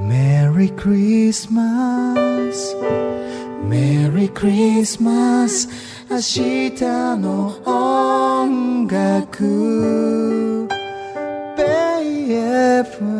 Merry Christmas Merry Christmas 明日の音楽 Bay FM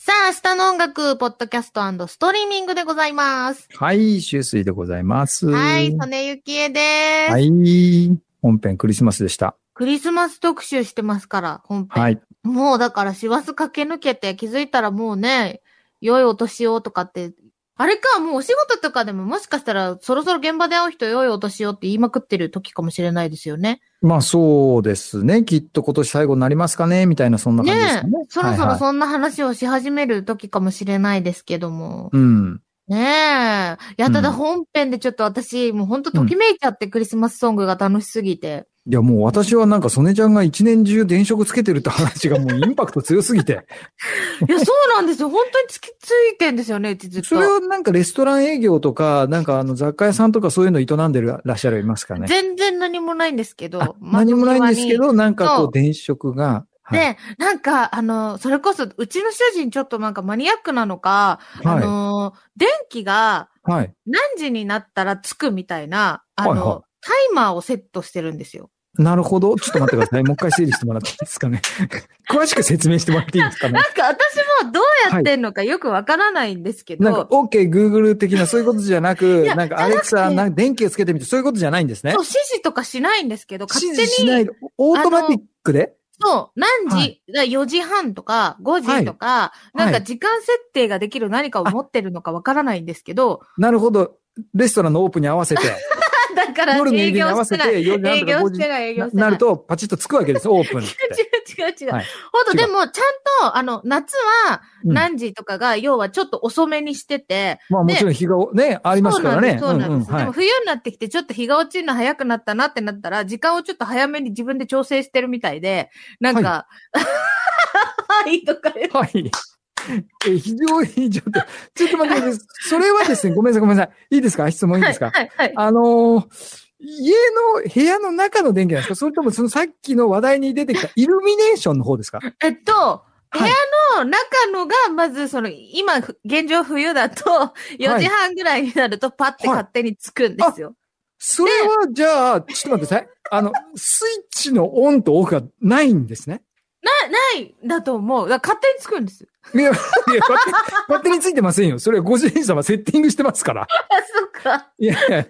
さあ、明日の音楽、ポッドキャストストリーミングでございます。はい、周水でございます。はい、曽根ゆきえです、はい。本編クリスマスでした。クリスマス特集してますから、本編。はい。もうだから、師走駆け抜けて気づいたらもうね、良いお年をとかって、あれか、もうお仕事とかでももしかしたら、そろそろ現場で会う人良いお年をって言いまくってる時かもしれないですよね。まあそうですね。きっと今年最後になりますかねみたいなそんな感じですかね。そろそはいはろいそんな話をし始める時かもしれないですけども。うん。ねえ。いや、ただうん本編でちょっと私、もうほんとときめいちゃって、クリスマスソングが楽しすぎて。いやもう私はなんか曽根ちゃんが一年中電飾つけてるって話がもうインパクト強すぎ て。 いや、そうなんですよ。本当につきついてんですよね、うちずっと。それはなんかレストラン営業とか、なんかあの雑貨屋さんとかそういうの営んでるらっしゃるいますかね。全然何もないんですけあど。何もないんですけ窓際に。ど、なんかこそうう電飾が。はいで、なんか、あの、それこそ、うちの主人ちょっとなんかマニアックなのか、あはの、電気がい。はい。何時になったらつくみたいな、あの、はいはいタイマーをセットしてるんですよ。なるほど。ちょっと待ってください。もう一回整理してもらっていいですかね。 詳しく説明してもらっていいですかねな。んか私もどうやってんのかよくわからないんですけど、なんか、OK、Google 的なそういうことじゃなくいや、なんか、じゃアなレくクてサ、なんか電気をつけてみて、そういうことじゃないんですねそう。指示とかしないんですけど、勝指手示しにない、オートマティックでそう、何時、はだから4時半とか5時とか、いなんか時間設定ができる何かを持ってるのかわからないんです けど、なるほど。レストランのオープンに合わ せて、だから夜の営営業に業合わしてせない。営て、夜のなんとか業5時してない、営業なしてなない。ると、パチッとつくわけ ですよ、オープンって。違う違う違う。はいほんと、違でうも、ちゃんと、あの、夏はうん何時とかが、要はちょっと遅めにしてて、まあ、もちろん日がね、ありますからね。そうなんです。そうなんですうんうんではも、い冬になってきて、ちょっと日が落ちるの早くなったなってなったら、時間をちょっと早めに自分で調整してるみたいで、なんか、 はい、とか言ってはい。え、非常に、ちょっと、ちょっと待ってください。それはですね、ごめんなさい、ごめんなさい。いいですか質問いいですかはい、はい。あのー家の部屋の中の電気なんですかそれともそのさっきの話題に出てきたイルミネーションの方ですかえっと、部い屋の中のが、まずその、今、ふ現状冬だと、4時半ぐらいになると、パッてはい勝手につくんですよ。それは、じゃあ、ちょっと待ってください。あの、スイッチのオンとオフがないんですね。ない、だと思う。だから勝手につくんです。いや、いや勝手に勝手についてませんよ。それはご主人様セッティングしてますから。あ、そっか。いやいや。それ、う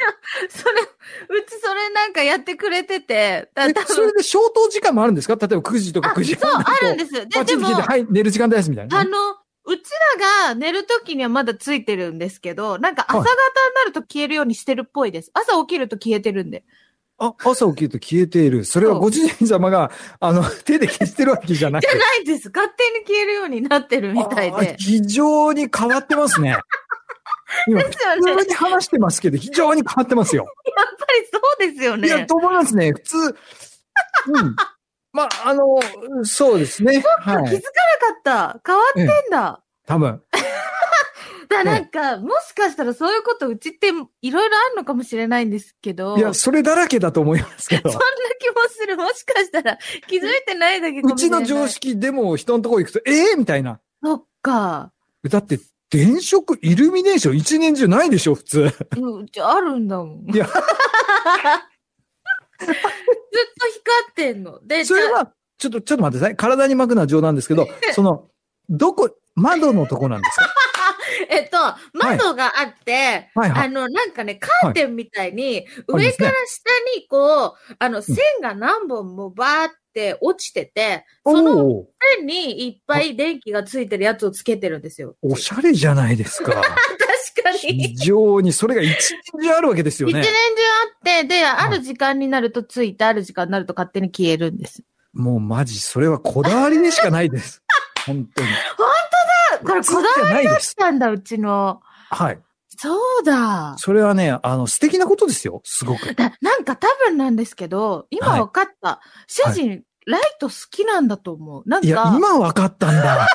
ちそれなんかやってくれてて、だえ多それ分で消灯時間もあるんですか例えば9時とか9時そう、半あだとるんですよ。で、パチッでとも切っ、て、はい、寝る時間です、みたいなあね。の、うちらが寝るときにはまだついてるんですけど、なんか朝は方いになると消えるようにしてるっぽいです。朝起きると消えてるんで。あ、朝起きると消えている。それはご主人様が、あ の、手で消してるわけじゃなくじてゃ。ないです。勝手に消えるようになってるみたいあーで。非常に変わってますね。今、ですよね。やっ普通に話してますけど、非常に変わってますよ。ぱりそうですよいや、ね。と思いますね。普通、うん。まあ、あの、そうですね。は気づい。かなかった。変わってんだ。多分。だからなんか、もしかしたらそういうことうちっていろいろあるのかもしれないんですけど。いや、それだらけだと思いますけどそん。な気もする。もしかしたら気づいてないだけかうもしれちない。の常。識でも人のとこ行くと、ええみたいな。そっか。だって、電飾、イルミネーション一年中ないでしょ、普通。うんうちあるんだもん。いや ずっと光ってんの。で、それは、ちょっと、ちょっと待ってください。体に巻くのは冗談ですけど、その、どこ、窓のとこなんですかえっと、窓があって、はいはいあの、なんかね、カーテンみたいに、はい上から下にこう、あの、線が何本もバーって落ちてて、そのおー線にいっぱい電気がついてるやつをつけてるんですよ。おしゃれじゃないですか。確かに。非常に、それが一年中あるわけですよ一ね年中。あって、で、あはる時間になるとついて、ある時間になると勝手に消えるんです。もうマジ、それはこだわりでしかない です。本当に。あこれこだわりないです。なんだ、うちの。はい。そうだ。それはね、あの、素敵なことですよ。すごく。だなんか多分なんですけど、今わかった。主人、ライト好きなんだと思う。なんいか、や、なん今わかったんだ。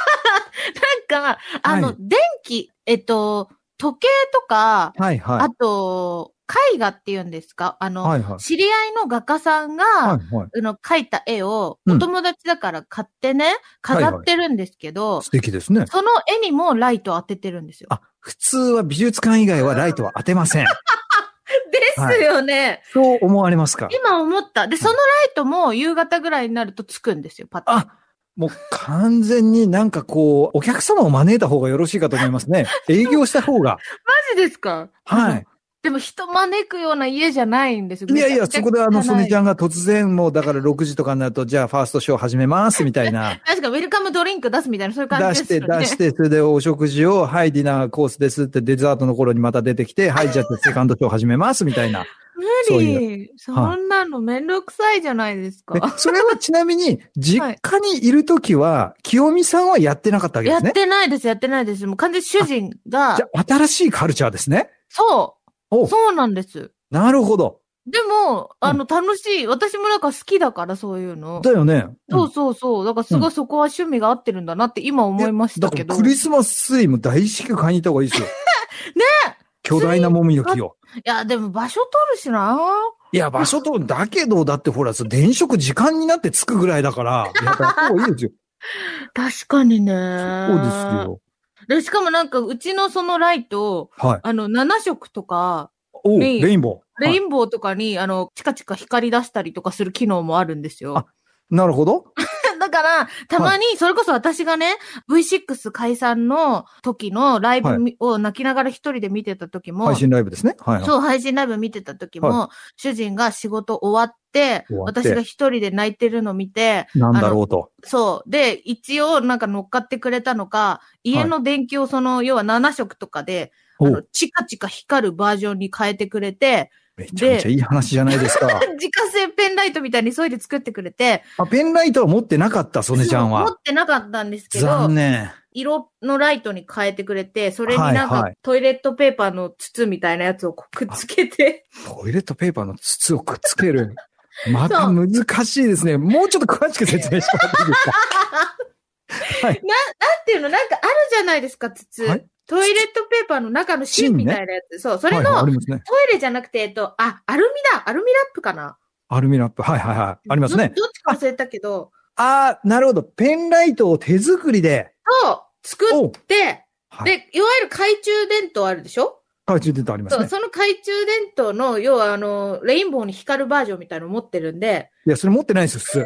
か、あの、はい電気、えっと、時計とか、はいはあと、絵画っていうんですかあの、はいはい。知り合いの画家さんが、はいはい。あの、描いた絵を、うんお友達だから買ってね、飾ってるんですけど、素敵ですね。その絵にもライト当ててるんで すよ。あ、普通は美術館以外はライトは当てま せん。ですよね。そう思われますか今思った。で、そのライトも夕方ぐらいになるとつくんですよ、パッと。あ、もう完全になんかこう、お客様を招いた方がよろしいかと思います ね。営業した方が。マジですかは。 い。でも人招くような家じゃないんですいやいや、そこであの、ソネちゃん。ゃんが突然もうだから6時とかになると、じゃあファーストショー始めますみたいな。確かウェルカムドリンク出すみたいな、 そういう感出じしですて、よね。出して、それでお食事を、はい、ディナーコースですってデザートの頃にまた出てきて、はい、じゃあセカンドショー始めますみたいな。無そう理。そはいんなのめんどくさいじゃないですでか。それはちなみに、実家にいるときは、清美さんはやってなかったわけでやっすね。てないです、やってないです。もう完全に主人がじ、ゃあ、新しいカルチャーですね。そおう、そうなんです。なるほど。でも、あの、楽しい。私もなんか好きだから、そういうの。だよね。そうそうそう。だからすごいそこは趣味が合ってるんだなって今思いましただけかど。らクリスマスツリーも大至急買いに行った方がいい ですよ。ね巨大なもみの木を。いや、でも場所取るしな。いや、場所と、だけど、だってほら、そう電飾時間になってつくぐらいだから、やっぱやった方がいい ですよ。確かにね。そうですそよ。うですよ。しかもなんか、うちのそのライト、はい。あの、7色とか、おうレインレインボー。レイはいンボーとかに、あの、チカチカ光り出したりとかする機能もあるんですよあ。なるほど。だから、たまに、それこそ私がね、V6 解散の時のライブみを泣きながら一人で見てた時も、配信ライブですね。はいはい。そう、配信ライブ見てた時も、主人が仕事終わって、終わって私が一人で泣いてるの見て、なんだろうと。そう。で、一応なんか乗っかってくれたのか、家の電球をその、要は7色とかで、あおのうチカチカ光るバージョンに変えてくれて、めちゃめちゃいい話じゃないですか。自家製ペンライトみたいに急いで作ってくれて、あ、ペンライトは持ってなかった、ソネちゃんそう持はっ。てなかったんですけど残、念。色のライトに変えてくれて、それになんはいはかいトイレットペーパーの筒みたいなやつをこうくっつけて、トイレットペーパーの筒をくっつける。また難しいですね。もうちょっと詳しく説明してもらっていいですか っていうのなんかあるじゃないですか、筒。はいトイレットペーパーの中の芯芯ねみたいなやつ。そう、それはいはい、あのトりますね。イレじゃなくて、えっと、あ、アルミだ、アルミラップかな。アルミラップ。はいはいはい。ありますね。どどっちか忘れたけど、ああ、なるほど。ペンライトを手作りで。そう、作おうって、はい。で、いわゆる懐中電灯あるでしょ懐中電灯ありますそう、ね。その懐中電灯の、要はあの、レインボーに光るバージョンみたいの持ってるんで、いや、それ持ってないです、普通。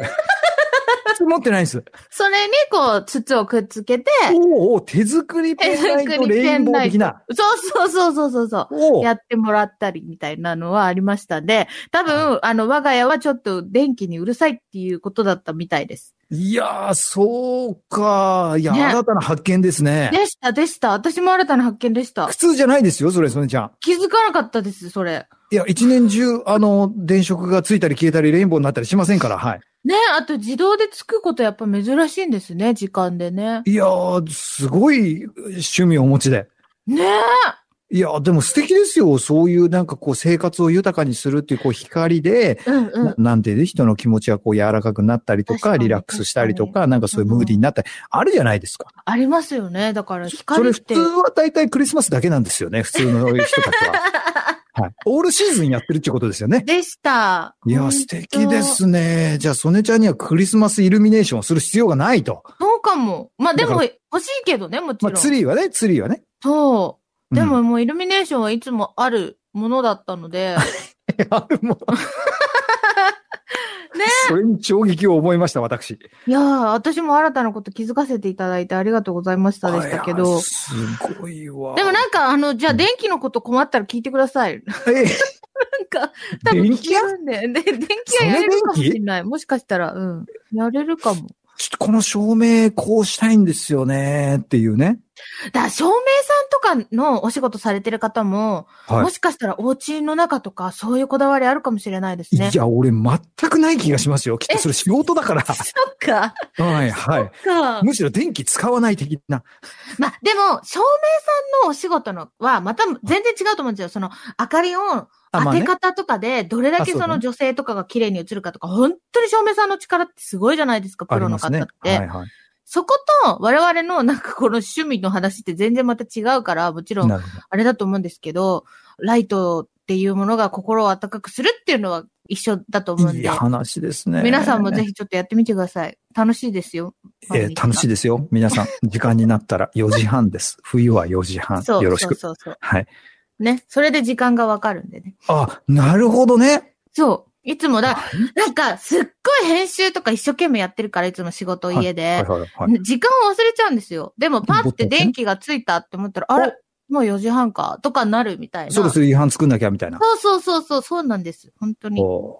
普通持ってないです。それにこう、筒をくっつけて、おうおう、手作りペンライト手作りレイペンライトンボー的な。そうそうそうそうそうそう。おうやってもらったりみたいなのはありましたで、多分、あの、我が家はちょっと電気にうるさいっていうことだったみたいです。いやー、そうか。いや、ね新たな発見ですね。でした、でした。私も新たな発見でした普。通じゃないですよ、それ、それちゃん。気づかなかったです、それ。いや、一年中、あの、電飾がついたり消えたり、レインボーになったりしませんから、はい。ね、あと自動でつくことやっぱ珍しいんですね、時間でね。いやー、すごい趣味をお持ちで。ねえいやー、でも素敵ですよ。そういうなんかこう生活を豊かにするっていうこう光で、うんう。なんなんていうの人の気持ちがこう柔らかくなったりと確か、かにリラックスしたりと確かか、なんかそういうムーディーになったり、あるじゃないですか。ありますよね。だからそれ光っ普て通。は大体クリスマスだけなんですよね。普通の人たちは。 はい。オールシーズンやってるってことですよね。でした。いや、素敵ですね。じゃあ、ソネちゃんにはクリスマスイルミネーションをする必要がないと。そうかも。まあでだもか欲しいけどね、もちまろあ、ん。ツリーはね、ツリーはね。そうんう。でももうイルミネーションはいつもあるものだったの で、あるもん。それに衝撃を覚えました、私。いやー、私も新たなこと気づかせていただいてありがとうございましたでしたけいどや。すごいわ。でもなんか、あの、じゃあうん電気のこと困ったら聞いてくださ い。なえ、んか、多分電聞気屋けるんで、で電気屋やれるかもしれない。もしかしたら、うん。やれるかも。ちょっとこの照明こうしたいんですよねっていうね。だから照明さんとかのお仕事されてる方も、はいもしかしたらお家の中とか、そういうこだわりあるかもしれないですいね。や、俺全くない気がしますよ。きっとそれ仕事だから。 そっか。はいはい。か。むしろ電気使わない的な。まあ、でも、照明さんのお仕事のは、また全然違うと思うんですよ。その、明かりをあ当まあてね方とかで、どれだけあそうだそねの女性とかが綺麗に映るかとか、本当に照明さんの力ってすごいじゃないですか、プありロのます方ってね。。はいはい。そこと、我々のなんかこの趣味の話って全然また違うから、もちろん、なるほど。あれだと思うんですけど、ライトっていうものが心を温かくするっていうのは一緒だと思うんいいで。話ですね。皆さんもぜひちょっとやってみてください。楽しいですよ。えー楽しいでですよ。皆 さん、時間になったら4時半です。冬は4時半。そうよろしく。そうそうそはい。う。ね。それで時間がわかるんでね。あ、なるほどね。そう。いつもはだ、いなんか、すっごい編集とか一生懸命やってるから、いつも仕事家で。はいはいはい。時間を忘れちゃうんですよ。でも、パって電気がついたって思ったら、あれもう4時半かとかなるみたいな。そろそそうろ違反作んなきゃみたいな。そうそうそう、そうなんです。本当に。お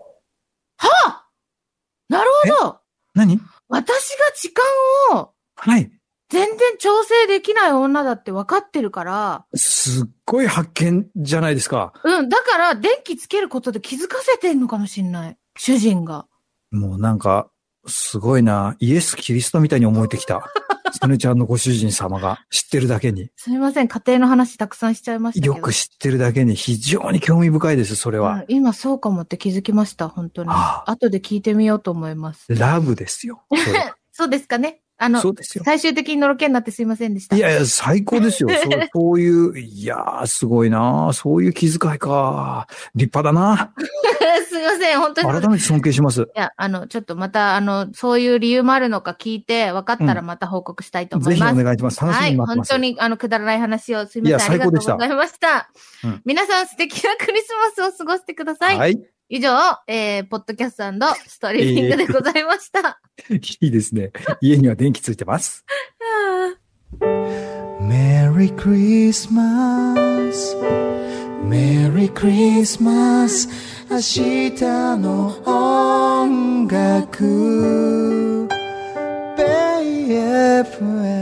なるほど何私が時間をはい。全然調整できない女だって分かってるから、すっごい発見じゃないですか。うん、だから電気つけることで気づかせてんのかもしんない。主人が。もうなんか、すごいな。イエス・キリストみたいに思えてき た。サネちゃんのご主人様が知ってるだけに、すみません、家庭の話たくさんしちゃいましたけど。よく知ってるだけに非常に興味深いです、それうはん。今そうかもって気づきました、本当に。ああ後で聞いてみようと思います。ラブですよ。そ れそうですかねあのそ、うですよ。最終的にのろけになってすいませんでした。いやいや、最高ですよ。そう そういう、いやー、すごいなそういう気遣いか。立派だな。 すいません、本当に。改めて尊敬します。いや、あの、ちょっとまた、あの、そういう理由もあるのか聞いて、分かったらまた報告したいと思ぜいひおます。願いします。楽しはみい、に待って本ます。当に、あの、くだらない話をすみません。あいやりがとうございました。うん皆さん素敵なクリスマスを過ごしてください。はい。以上、えー、ポッドキャストストリーミングでございました。いいですね。家には電気ついて ます。 Merry Christmas Merry Christmas 明日の音楽 BFM